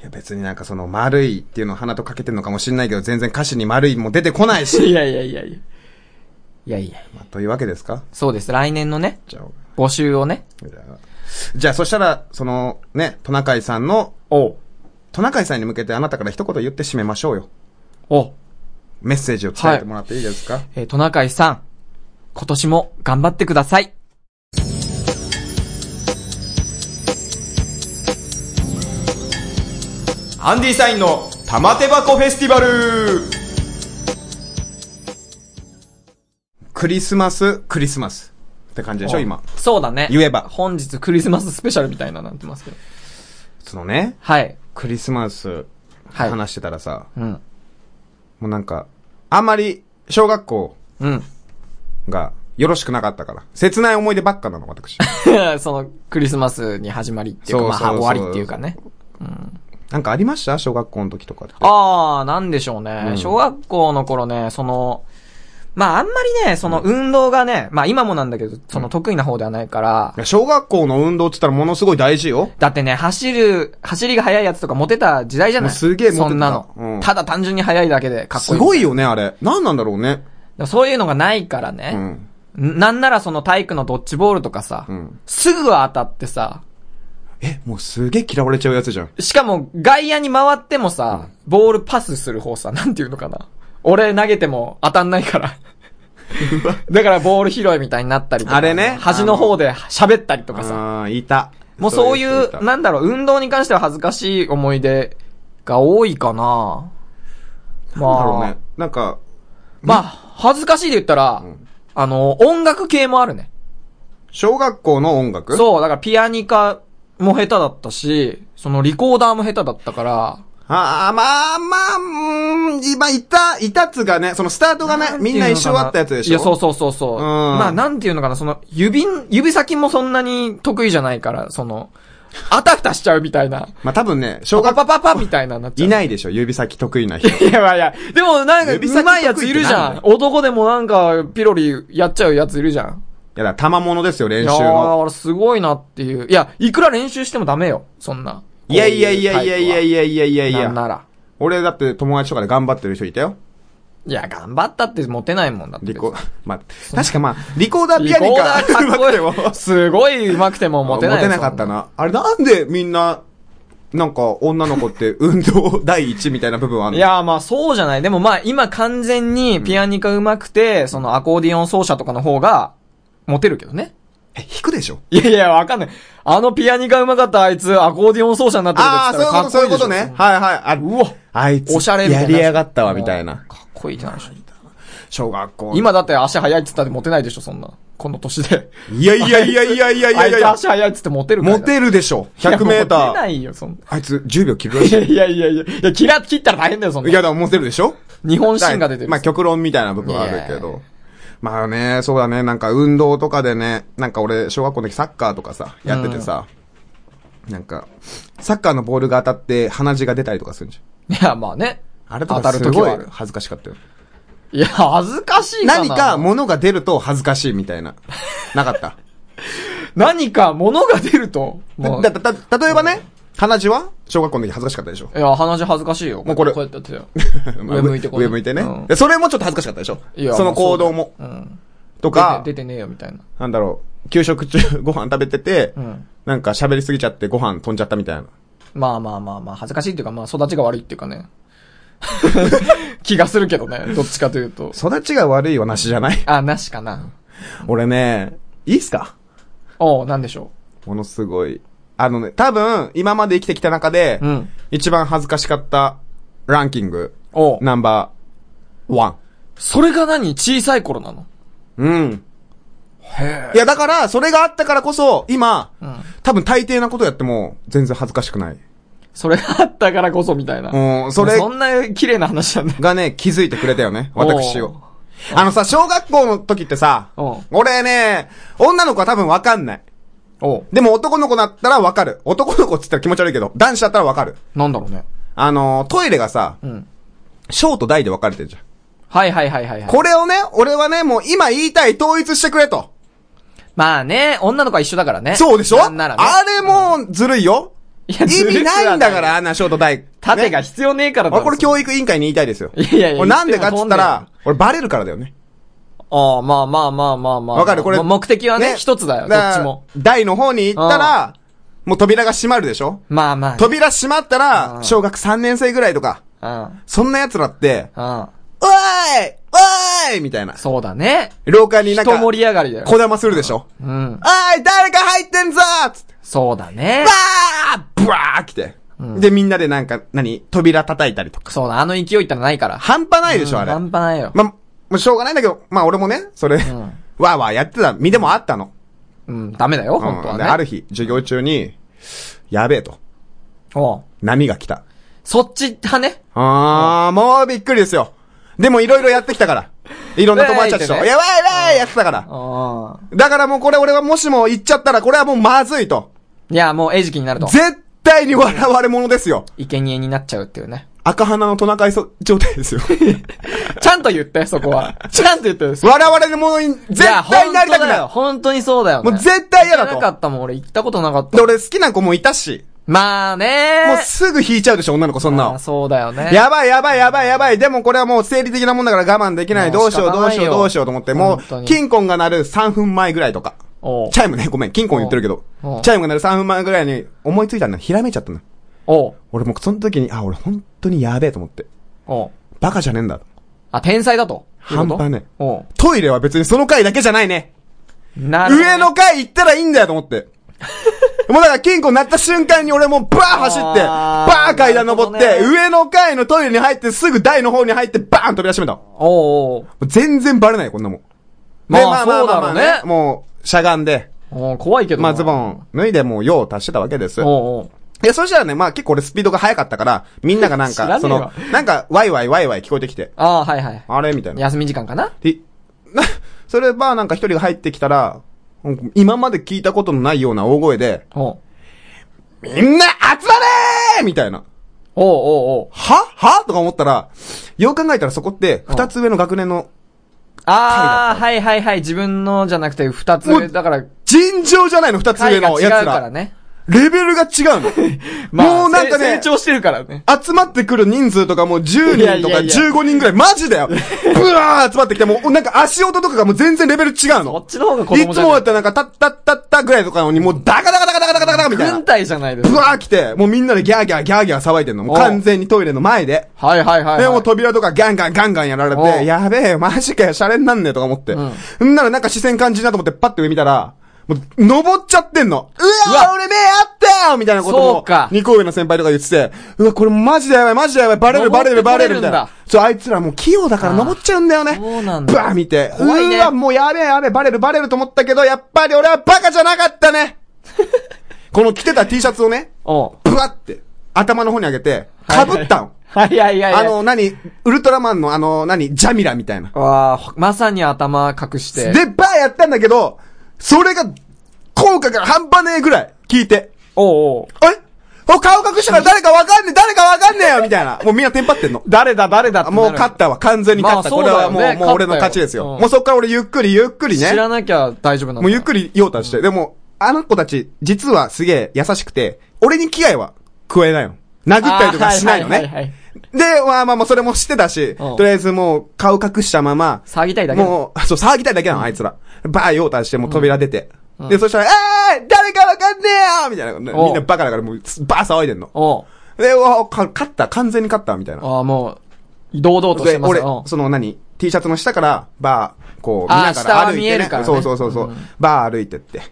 S1: いや、別になんかその、丸いっていうのを鼻とかけてんのかもしれないけど、全然歌詞に丸いも出てこない し。
S3: いやいやいやいや。いやいや。
S1: まあ、というわけですか
S3: そうです。来年のね、
S1: じゃあ、
S3: 募集をね。
S1: じゃあ、じゃあそしたら、その、ね、トナカイさんの、
S3: お
S1: トナカイさんに向けてあなたから一言言って締めましょうよ。
S3: お
S1: メッセージを伝えてもらっていいですか、
S3: えートナカイさん、今年も頑張ってください。
S8: アンディサインの玉手箱フェスティバル
S1: クリスマス、クリスマス。って感じでしょ、今。
S3: そうだね。
S1: 言えば
S3: 本日クリスマススペシャルみたいななってますけど。
S1: そのね、
S3: はい。
S1: クリスマス、
S3: はい
S1: 話してたらさ、
S3: うん。
S1: もうなんか、あんまり、小学校
S3: うん。
S1: が、よろしくなかったから。切ない思い出ばっかなの、 私。
S3: その、クリスマスに始まりっていうか、
S1: そう
S3: ま
S1: そうそう
S3: あ、終わりっていうかね。
S1: なんかありました小学校の時とかって。
S3: ああ、なんでしょうね、
S1: うん
S3: 小学校の頃ね、その、まああんまりね、その運動がね、まあ今もなんだけど、その得意な方ではないから
S1: い、や小学校の運動って言ったらものすごい大事よ。
S3: だってね、走る、走りが速いやつとかモテた時代じゃない
S1: もうすげえモテた
S3: そんなの、
S1: うん
S3: ただ単純に速いだけでかっこ
S1: す
S3: いい。
S1: ごいよね、あれ。なんなんだろうね。
S3: でもそういうのがないから
S1: う
S3: ね、
S1: ん。
S3: なんならその体育のドッジボールとかさ、
S1: うん
S3: すぐは当たってさ、
S1: え、もうすげえ嫌われちゃうやつじゃん。
S3: しかも外野に回ってもさ、ボールパスする方さ、なんていうのかな。俺投げても当たんないから。だからボール拾いみたいになったりとか。
S1: あれね
S3: 端の方で喋ったりとかさ。
S1: ああー、いた。
S3: もうそうい
S1: 人た
S3: う、なんだろう、運動に関しては恥ずかしい思い出が多いかな。
S1: なんだろう
S3: まあ
S1: ね。、なんか、
S3: まあ、恥ずかしいで言ったら、あの、音楽系もあるね。
S1: 小学校の音楽う。
S3: そう、だからピアニカも下手だったし、そのリコーダーも下手だったから、
S1: ああ、まあまあ、うーん、今、いた、いたっつうかね、そのスタートがね、みんな一緒だったやつでしょ
S3: いや、そうそうそうそう。
S1: うん
S3: まあ、なんていうのかな、その、指、指先もそんなに得意じゃないから、その、あたふたしちゃうみたいな。
S1: まあ多分ね、小
S3: パパ
S1: 学
S3: パパパみたいななっちゃう。
S1: い
S3: い。
S1: ないでしょ、指先得意な人。
S3: いやいやいや、でもなんか、
S1: 指先
S3: うまいやついるじゃ
S1: 得意
S3: ん
S1: っ。て
S3: 男でもなんか、ピロリやっちゃうやついるじゃん。
S1: いやだ、たまものですよ、練
S3: い
S1: 習
S3: やー、だ
S1: の。
S3: からすごいなっていう。いや、いくら練習してもダメよ、そんな。
S1: いやいやいやいやいやい
S3: や
S1: やいやいやい
S3: なんな
S1: や。
S3: ら。
S1: 俺だって友達とかで頑張ってる人いたよ。
S3: いや、頑張ったってモテないもんだって。
S1: リコ、 まあ、確かまあ、リコーダー
S3: リ
S1: ピア
S3: コ
S1: ニ
S3: ーダ
S1: カ
S3: ーかっこ
S1: うまくて
S3: い
S1: も
S3: い。すごい上手くても
S1: モ
S3: モ
S1: テ
S3: テない。
S1: なかったな。あれなんでみんな、なんか女の子って運動第一みたいな部分はある
S3: い
S1: の
S3: や、まあそうじゃない。でもまあ今完全にピアニカ上手くて、そのアコーディオン奏者とかの方が、モテるけどね。
S1: え、弾くでしょ
S3: いやいや、わかんない。あのピアニカ上手かったあいつ、アコーディオン奏者になってる
S1: ああ、
S3: け
S1: そう
S3: ど
S1: いうこと、そういうことね。。はいはい。あ、
S3: うわ
S1: あいつ、
S3: おしゃれみたい
S1: や
S3: な
S1: りやがったわ、みたいな。
S3: かっこいいじゃない
S1: 小学校。
S3: 今だって足速いっつったってモテないでしょ、そんな。この年で。
S1: いやいやいやいやいやいやいや
S3: あいつ足速いっつってモテるから。
S1: モテるでしょ。100メー
S3: いやモテ
S1: タ
S3: な
S1: ー。
S3: いよ、そんな。
S1: あいつ10秒切るら
S3: い
S1: しい
S3: や。いやいやいや。いや、切ら、切ったら大変だよ、そん
S1: い
S3: な。
S1: や、だからモテるでしょ
S3: 日本シーンが出てる。
S1: まあ、極論みたいな部分はあるけ
S3: いや
S1: ど。まあね、そうだね、なんか運動とかでね、なんか俺、小学校の時サッカーとかさ、やっててさ、なんか、サッカーのボールが当たって鼻血が出たりとかするんじ
S3: いや、まあね。
S1: ゃん。あれと
S3: 当
S1: か
S3: た
S1: す
S3: る時
S1: ご
S3: はいある
S1: 恥ずかしかったよ。
S3: いや、恥ずかしいかな。
S1: 何か物が出ると恥ずかしいみたいな。なかった。
S3: 何か物が出ると、もう
S1: だ、だ、だ、例えばね、鼻血は小学校の時恥ずかしかったでしょ。
S3: いや、鼻血恥ずかしいよ。も
S1: うこれ。
S3: こうやってやってたよ
S1: まあ
S3: 上向いてこう
S1: 上向いてね
S3: うん。
S1: でそれもちょっと恥ずかしかったでしょ
S3: いや
S1: その行動も。
S3: うん。
S1: とか、
S3: 出てねえよみたいな。
S1: なんだろう、給食中 ご飯食べてて、
S3: うん。
S1: なんか喋りすぎちゃってご飯飛んじゃったみたいな。
S3: まあまあまあまあ、恥ずかしいっていうか、まあ育ちが悪いっていうかね。 気がするけどね、どっちかというと。
S1: 育ちが悪いはなしじゃない
S3: あ、なしかな。
S1: 俺ね、いいっすか
S3: おう、なんでしょ
S1: ものすごい。あのね、多分、今まで生きてきた中で、
S3: う。うん。
S1: 一番恥ずかしかったランキング、
S3: おう。
S1: ナンバーワン。
S3: それが何小さい頃なの
S1: うん。いや、だから、それがあったからこそ、今、
S3: うん。
S1: 多分大抵なことやっても、全然恥ずかしくない。
S3: それがあったからこそみたいな。
S1: うん、それ
S3: そんな綺麗な話じゃない。
S1: がね、気づいてくれたよね、私
S3: おう
S1: を。あのさ、小学校の時ってさ
S3: おう、
S1: 俺ね、女の子は多分わかんない。
S3: おう。
S1: でも男の子だったらわかる。男の子って言ったら気持ち悪いけど、男子だったらわかる。
S3: なんだろうね。
S1: あのー、トイレがさ、
S3: うん。
S1: 小と大で分かれてるじゃん。
S3: はいはいはいはい、はい。
S1: これをね、俺はね、もう今言いたい統一してくれと。
S3: まあね、女の子は一緒だからね。
S1: そうでしょ
S3: なんならね。
S1: あれもうずるいよ。
S3: いや
S1: 意味ないんだか。
S3: ずるくは
S1: ら、あんな小と大。
S3: 縦が
S1: ね
S3: 必要ねえからだ
S1: 俺これ
S3: 日。
S1: 教育委員会に言いたいですよ。
S3: いやいやいや
S1: 俺なんでかっ
S3: 言
S1: つっ
S3: っても通んね
S1: た
S3: えよ
S1: ら、俺バレるからだよね。
S3: ああ、まあまあまあまあまあ。
S1: わかるこれ。
S3: ま目的はね、一つだよ、ど
S1: から
S3: っちも。。
S1: 台の方に行ったら、もう扉が閉まるでしょ
S3: まあまあね。
S1: 扉閉まった
S3: う
S1: ら、
S3: ん
S1: 小学3年生ぐらいとか、
S3: うん。
S1: そんな奴らって、
S3: うん。
S1: おーいおーいみたいな。
S3: そうだね。
S1: 廊下になん
S3: 人
S1: か、
S3: 盛り上がりだよ。
S1: こだまするでしょ
S3: うん。
S1: おい誰か入ってんぞーつって、
S3: そうだね
S1: バ。ーブワー来て。で、みんなでなんか、何扉叩いたりとか。
S3: そうだ、あの勢いったらないから。
S1: 半端ないでしょ、あれ。
S3: 半端ないよ。
S1: ま、もうしょうがないんだけど、まあ俺もね、それ、
S3: ん
S1: わーわーやってた身でもあったの。
S3: うん、ダメだよ、本当
S1: う
S3: は
S1: ん
S3: ね。
S1: である日、授業中に、やべえと。
S3: おう
S1: 波が来た。
S3: そっち派ね。
S1: あー、もうびっくりですよ。でもいろいろやってきたから。いろんな友達たちと。
S3: う
S1: や
S3: わー
S1: ばいやばい
S3: い
S1: やってたから。
S3: ああ。
S1: だからもうこれ俺はもしも言っちゃったらこれはもうまずいと。
S3: いや、もう餌食になると。
S1: 絶対に笑われ者ですよ。
S3: 生贄になっちゃうっていうね。
S1: 赤鼻のトナカイそ状態 ですよ。
S3: ちゃんと言って、そこは。ちゃんと言って。絶
S1: 笑われる者に絶対になりたくない。
S3: 本当にそうだよね。
S1: もう絶対嫌だ
S3: 行かなか
S1: と。
S3: ったもん、俺行ったことなかった
S1: で、。俺好きな子もいたし、
S3: まあね
S1: もうすぐ引いちゃうでしょ、女の子そんな
S3: あ
S1: の。
S3: そうだよね。
S1: やばいやばいやばいやばい。でもこれはもう生理的なもんだから我慢できない。
S3: も
S1: ど
S3: う
S1: う
S3: 仕
S1: しよ
S3: 方
S1: うどう
S3: ない
S1: し
S3: よ
S1: ようどうしようと思って、も
S3: 本当
S1: う、
S3: に
S1: 金婚が鳴る3分前ぐらいとか。
S3: おう
S1: チャイムね、ごめん、金婚言ってるけど
S3: おうおう、
S1: チャイムが鳴る3分前ぐらいに思いついたの、ひらめいちゃったの。
S3: おう
S1: 俺もうその時に、あ、俺本当にやべえと思って。
S3: おう
S1: バカじゃねえんだ。
S3: あ、天才だと。
S1: 半端ねえ
S3: おう
S1: トイレは別にその階だけじゃないね。
S3: なるほど
S1: 上の階行ったらいいんだよと思 って。もうだから金庫鳴った瞬間に俺もうバー走って、
S3: あ
S1: バ
S3: ー
S1: ー階段登っ
S3: なる
S1: て、
S3: ほどね
S1: 上の階のトイレに入ってすぐ台の方に入ってバーン飛び出しめた。も
S3: おうおう
S1: う全然バレないよこんなもん。で
S3: まあそうだろうね
S1: もう、しゃがんで、
S3: おう怖いけど
S1: ま
S3: な。
S1: あズボン脱いでもう用を足してたわけです。
S3: おうおう
S1: いや、そしたらね、まあ結構俺スピードが速かったから、みんながなん
S3: 知らね
S1: か、
S3: え
S1: そ
S3: わ
S1: の、なんか、ワイワイワイワイ聞こえてきて、
S3: ああ、はいはい。
S1: あれみたいな。
S3: 休み時間かな
S1: で、な、そればなんか一人が入ってきたら、今まで聞いたことのないような大声で、
S3: おう
S1: みんな集まれーみたいな。
S3: おうおうおう
S1: ははとか思ったら、よう考えたらそこって、二つ上の学年の、
S3: ああ、はいはいはい。自分のじゃなくて、二つ
S1: も
S3: 上。
S1: う
S3: だから、
S1: 尋常じゃないの、二つ上
S3: 階が
S1: の
S3: 違う
S1: やつ
S3: から
S1: ら。
S3: ね。
S1: レベルが違うの。
S3: まあ
S1: もうなんか
S3: せ
S1: ね
S3: 成、長してるからね。
S1: 集まってくる人数とかもう10
S3: いやい
S1: 人
S3: や
S1: と
S3: い
S1: か
S3: や
S1: 15人ぐらい、マジだ よ。ブワー集まってきて、もうなんか足音とかがもう全然レベル違う
S3: こっ
S1: の。
S3: ちの方が子
S1: い
S3: 供じ
S1: つ
S3: ゃ
S1: もだ
S3: ない
S1: っ。たらなんか、たったったったぐらいとかなのに、もうダカダカダカダカダカダカみたいな
S3: 軍。隊じゃないです
S1: ブ
S3: か。
S1: ワー来て、もうみんなでギャーギャーギャーギャー騒いでんの。もう
S3: おう
S1: 完全にトイレの前で。
S3: はいはいはいはい。
S1: で、もう扉とかガンガンガンガンやられ
S3: おう
S1: て、やべえ、マジかよ、シャレになんねえとか思って。
S3: うん
S1: んならなんか視線感じるなと思って、パッて上見たら、もう、登っちゃってんの。うわ
S3: うわ
S1: 俺ね、あったよみたいなこと
S3: そう
S1: も
S3: か、
S1: 二個上の先輩とか言ってて、うわ、これマジでやばい、マジでやばい、バレる、バレる、
S3: 登
S1: バ
S3: って
S1: レ
S3: くれ
S1: る、
S3: るん
S1: み
S3: だ
S1: たいな。そう、あいつらもう器用だから
S3: あー
S1: 登っちゃうんだよね。
S3: そうなんだ
S1: バー見て、
S3: 怖いね
S1: うわ、もうやべえ、やべえ、バレる、バレると思ったけど、やっぱり俺はバカじゃなかった ねこの着てた T シャツをね、
S3: おう
S1: ブワって、頭の方に上げて、被ったの。
S3: はいはいはいはい。
S1: あの、何ウルトラマンのあの、何ジャミラみたいな。
S3: わあ、まさに頭隠して。
S1: で、バーやったんだけど、それが、効果が半端ねえぐらい、聞いて。
S3: おうおう
S1: あれお顔隠したから誰かわかんねえ、誰かわかんねえよみたいな。もうみんなテンパってんの。
S3: 誰だ誰だってなる
S1: もう勝ったわ。完全に勝った。
S3: まあ
S1: これは
S3: そう
S1: も
S3: だよ
S1: う、
S3: ね
S1: もう俺の勝ちです
S3: 勝った
S1: よ。
S3: よ
S1: もうそっから俺ゆっくりゆっくりね。
S3: 知らなきゃ大丈夫なんだ。
S1: もうゆっく
S3: り。
S1: り用足して。でも、あの子たち、実はすげえ優しくて、俺に危害は加えないの。殴ったりとかしないの
S3: あはいはいはい
S1: ね
S3: はい。
S1: で、まあまあまあ、それも知ってたし、
S3: う
S1: と
S3: ん
S1: りあえずもう、顔隠したまま、
S3: 騒ぎたいだけだ
S1: もう、そう、騒ぎたいだけなの、あいつら。バー用足して、もう扉出て。で、そしたら、えー誰かわかんねえよみたいな。
S3: おう
S1: みんなバカだから、もう、バー騒いでんの。
S3: おう
S1: で、うわか勝った、完全に勝った、みたいな。
S3: ああ、もう、堂々とし
S1: で
S3: てます
S1: 俺
S3: よ。、うん
S1: その何 ?T シャツの下から、バー、こう、見
S3: あー
S1: ながら
S3: 下は
S1: 歩いて、ね。
S3: 見えるからね
S1: そうそうそうそう、
S3: うん
S1: バー歩いてって、
S3: ん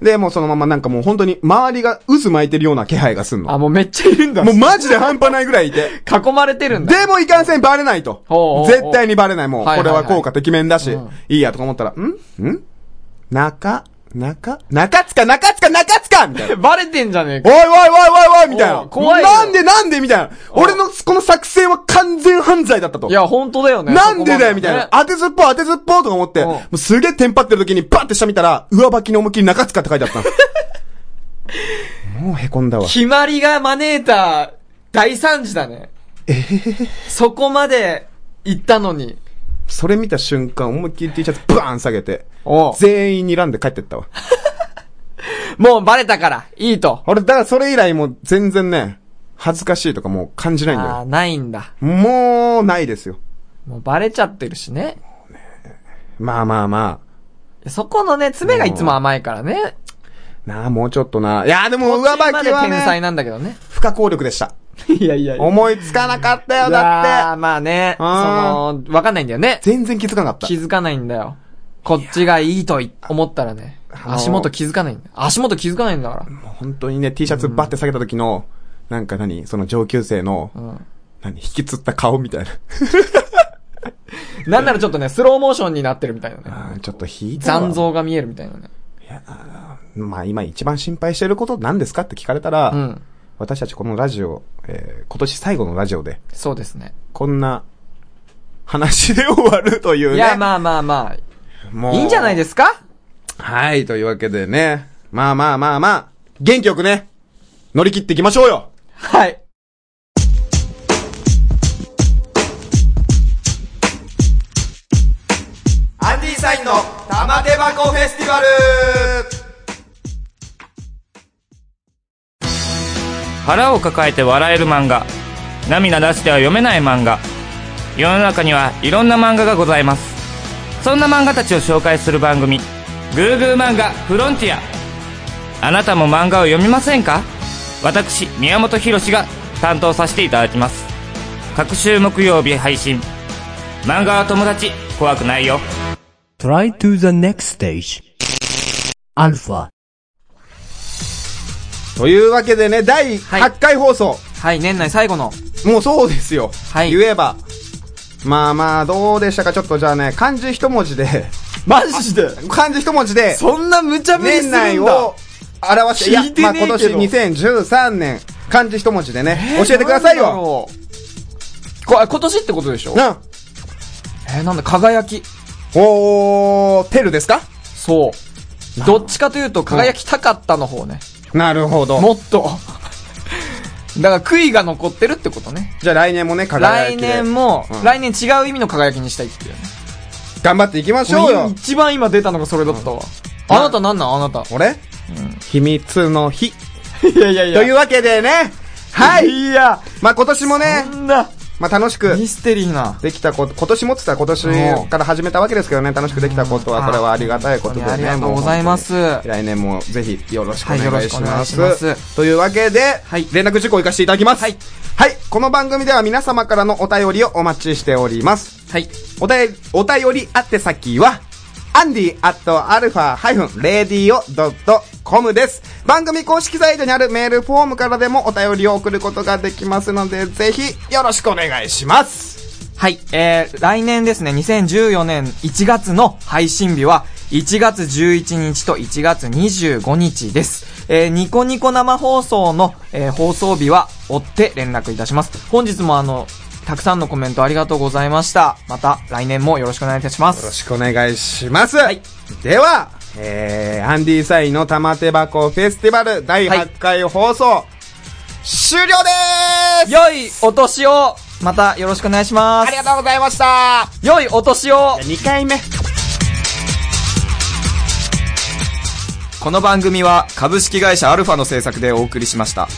S1: で、もうそのままなんかもう本当に、周りが渦巻いてるような気配がすんの。
S3: あ、もうめっちゃいるんだ。
S1: もうマジで半端ないぐらいいて。
S3: 囲まれてるんだ。
S1: でもいかんせんバレないと
S3: ほうほうほ。う
S1: 絶対にバレない。もう、
S3: はい
S1: こ
S3: はい
S1: れ
S3: はい
S1: は効果てきめんだし、
S3: うん。
S1: いいやとか思ったら、んん中中中塚中塚中塚みたいな
S3: バレてんじゃね
S1: お
S3: えか。
S1: いおいおいおいおいみたい
S3: お
S1: な。
S3: う怖いよ
S1: なんでなんでみたいな。俺のこの作戦は完全犯罪だったと
S3: い。や、本当だよね。
S1: なんでだよみ
S3: そ
S1: たい
S3: こま
S1: な。
S3: ね
S1: 当てずっぽう当てずっぽうとか思って、
S3: うん
S1: もうすげえテンパってる時にバッて下見たら、上履きの思いっきり中塚って書いてあっ たのもう凹んだわ。
S3: 決まりが招いた大惨事だね。そこまで行ったのに。
S1: それ見た瞬間、思いっきり T シャツバーン下げて、
S3: おう
S1: 全員にらんで帰ってったわ。
S3: もうバレたから、いいと。
S1: 俺、だからそれ以来もう全然ね、恥ずかしいとかもう感じないんだ
S3: ああ、
S1: よ。
S3: ないんだ。
S1: もう、ないですよ。
S3: もうバレちゃってるしね。
S1: まあまあま
S3: そこのね、詰めがいつも甘いからね。
S1: あ。なあ、もうちょっとな。いや、でも上
S3: こっちま
S1: 履き
S3: で
S1: は
S3: 天才
S1: ね、
S3: なんだけどね。
S1: 不可抗力でした。
S3: いやいやいや。
S1: 思いつかなかったよ、
S3: や
S1: だ
S3: ー
S1: っ
S3: まあね、そ
S1: あ
S3: の、わかんないんだよね
S1: て。。全然気づかなかった
S3: 気。づかないんだよ。こっちがいいとい思ったらね。
S1: の
S3: 足元気づかないんだ。足元気づかないんだから。
S1: 本当にね、T シャツバッて下げた時の、なんか何その上級生の、何引きつった顔みたいな。
S3: なんならちょっとね、スローモーションになってるみたいなね。
S1: あーちょっと引いたわ
S3: 残像が見えるみたいなね。
S1: まあ今一番心配していること何ですかって聞かれたら、
S3: うん。
S1: 私たちこのラジオ、えー今年最後のラジオで、
S3: そうですね。
S1: こんな話で終わるというね。
S3: いや、まあまあま
S1: も
S3: あ、
S1: う
S3: いいんじゃないですか
S1: はい、というわけでね。まあまあまあまあ、元気よくね、乗り切っていきましょうよ
S3: はい。
S8: アンディサインの玉手箱フェスティバル
S9: 腹を抱えて笑える漫画涙出しては読めない漫画世の中にはいろんな漫画がございますそんな漫画たちを紹介する番組「グーグー漫画フロンティア」あなたも漫画を読みませんか私宮本浩次が担当させていただきます各週木曜日配信漫画は友達怖くないよ
S5: Try to the next stage. Alpha.
S1: というわけでね、第
S3: はい
S1: 8回放送。
S3: はい、年内最後の。
S1: もうそうですよ。
S3: はい
S1: 言えば。まあまあ、どうでしたかちょっとじゃあね、漢字一文字で、
S3: マジで
S1: 漢字一文字で、
S3: そんな無茶ぶりす
S1: 年
S3: るんだ
S1: 内を表して、いや
S3: 聞いてね
S1: ま
S3: え
S1: あ今年
S3: けど
S1: 2013年、漢字一文字でね、教えてください
S3: なんだ
S1: よ
S3: ろうこ今年ってことでしょ
S1: な
S3: えー、なんだ、輝き。
S1: おー、テルですか
S3: そう。どっちかというと、輝きたかったの方ね。
S1: なるほど。
S3: もっと。 だから、悔いが残ってるってことね。
S1: じゃあ来年もね、輝
S3: 来
S1: きで。
S3: 年も、
S1: うん
S3: 来年違う意味の輝きにしたいっていうね。
S1: 頑張っていきましょうよ
S3: 一番今出たのがそれだった
S1: う
S3: わ。
S1: ん
S3: あなたなんなんあなた。
S1: 俺、秘密の日。
S3: いやいやい
S1: というわけでね、はいいやまあ今年もね
S3: そ、んな、
S1: まあ楽しく
S3: ミステリーな。
S1: できたこと、今年もって言ったら今年から始めたわけですけどね、楽しくできたこと
S3: うん
S1: は、これはありがたいことでね。
S3: ありがとうございます
S1: もう本当に来年もぜひよろしくお願いしま。
S3: はいよろしくお願いします
S1: というわけで
S3: はい、
S1: 連絡事項を行かせていただきます。
S3: は
S1: はいい。この番組では皆様からのお便りをお待ちしております。
S3: はい。
S1: おたえ、お便り宛先は、アンディアットアルファハイフンレディオドットコムです。番組公式サイトにあるメールフォームからでもお便りを送ることができますので、ぜひよろしくお願いします。
S3: はい。えー、来年ですね、2014年1月の配信日は、1月11日と1月25日です。えー、ニコニコ生放送の、えー放送日は追って連絡いたします。本日もあの、たくさんのコメントありがとうございました。また来年もよろしくお願いいたしま
S1: よろ
S3: す。
S1: しくお願いします。
S3: はい
S1: では、えー、アンディサイの玉手箱フェスティバル第8回放送、終了でーす
S3: 良いお年を、またよろしくお願いしま
S1: あ
S3: す
S1: り。がとうございました
S3: 良いお年を
S1: !2 回目
S3: この番組は株式会社アルファの制作でお送りしました。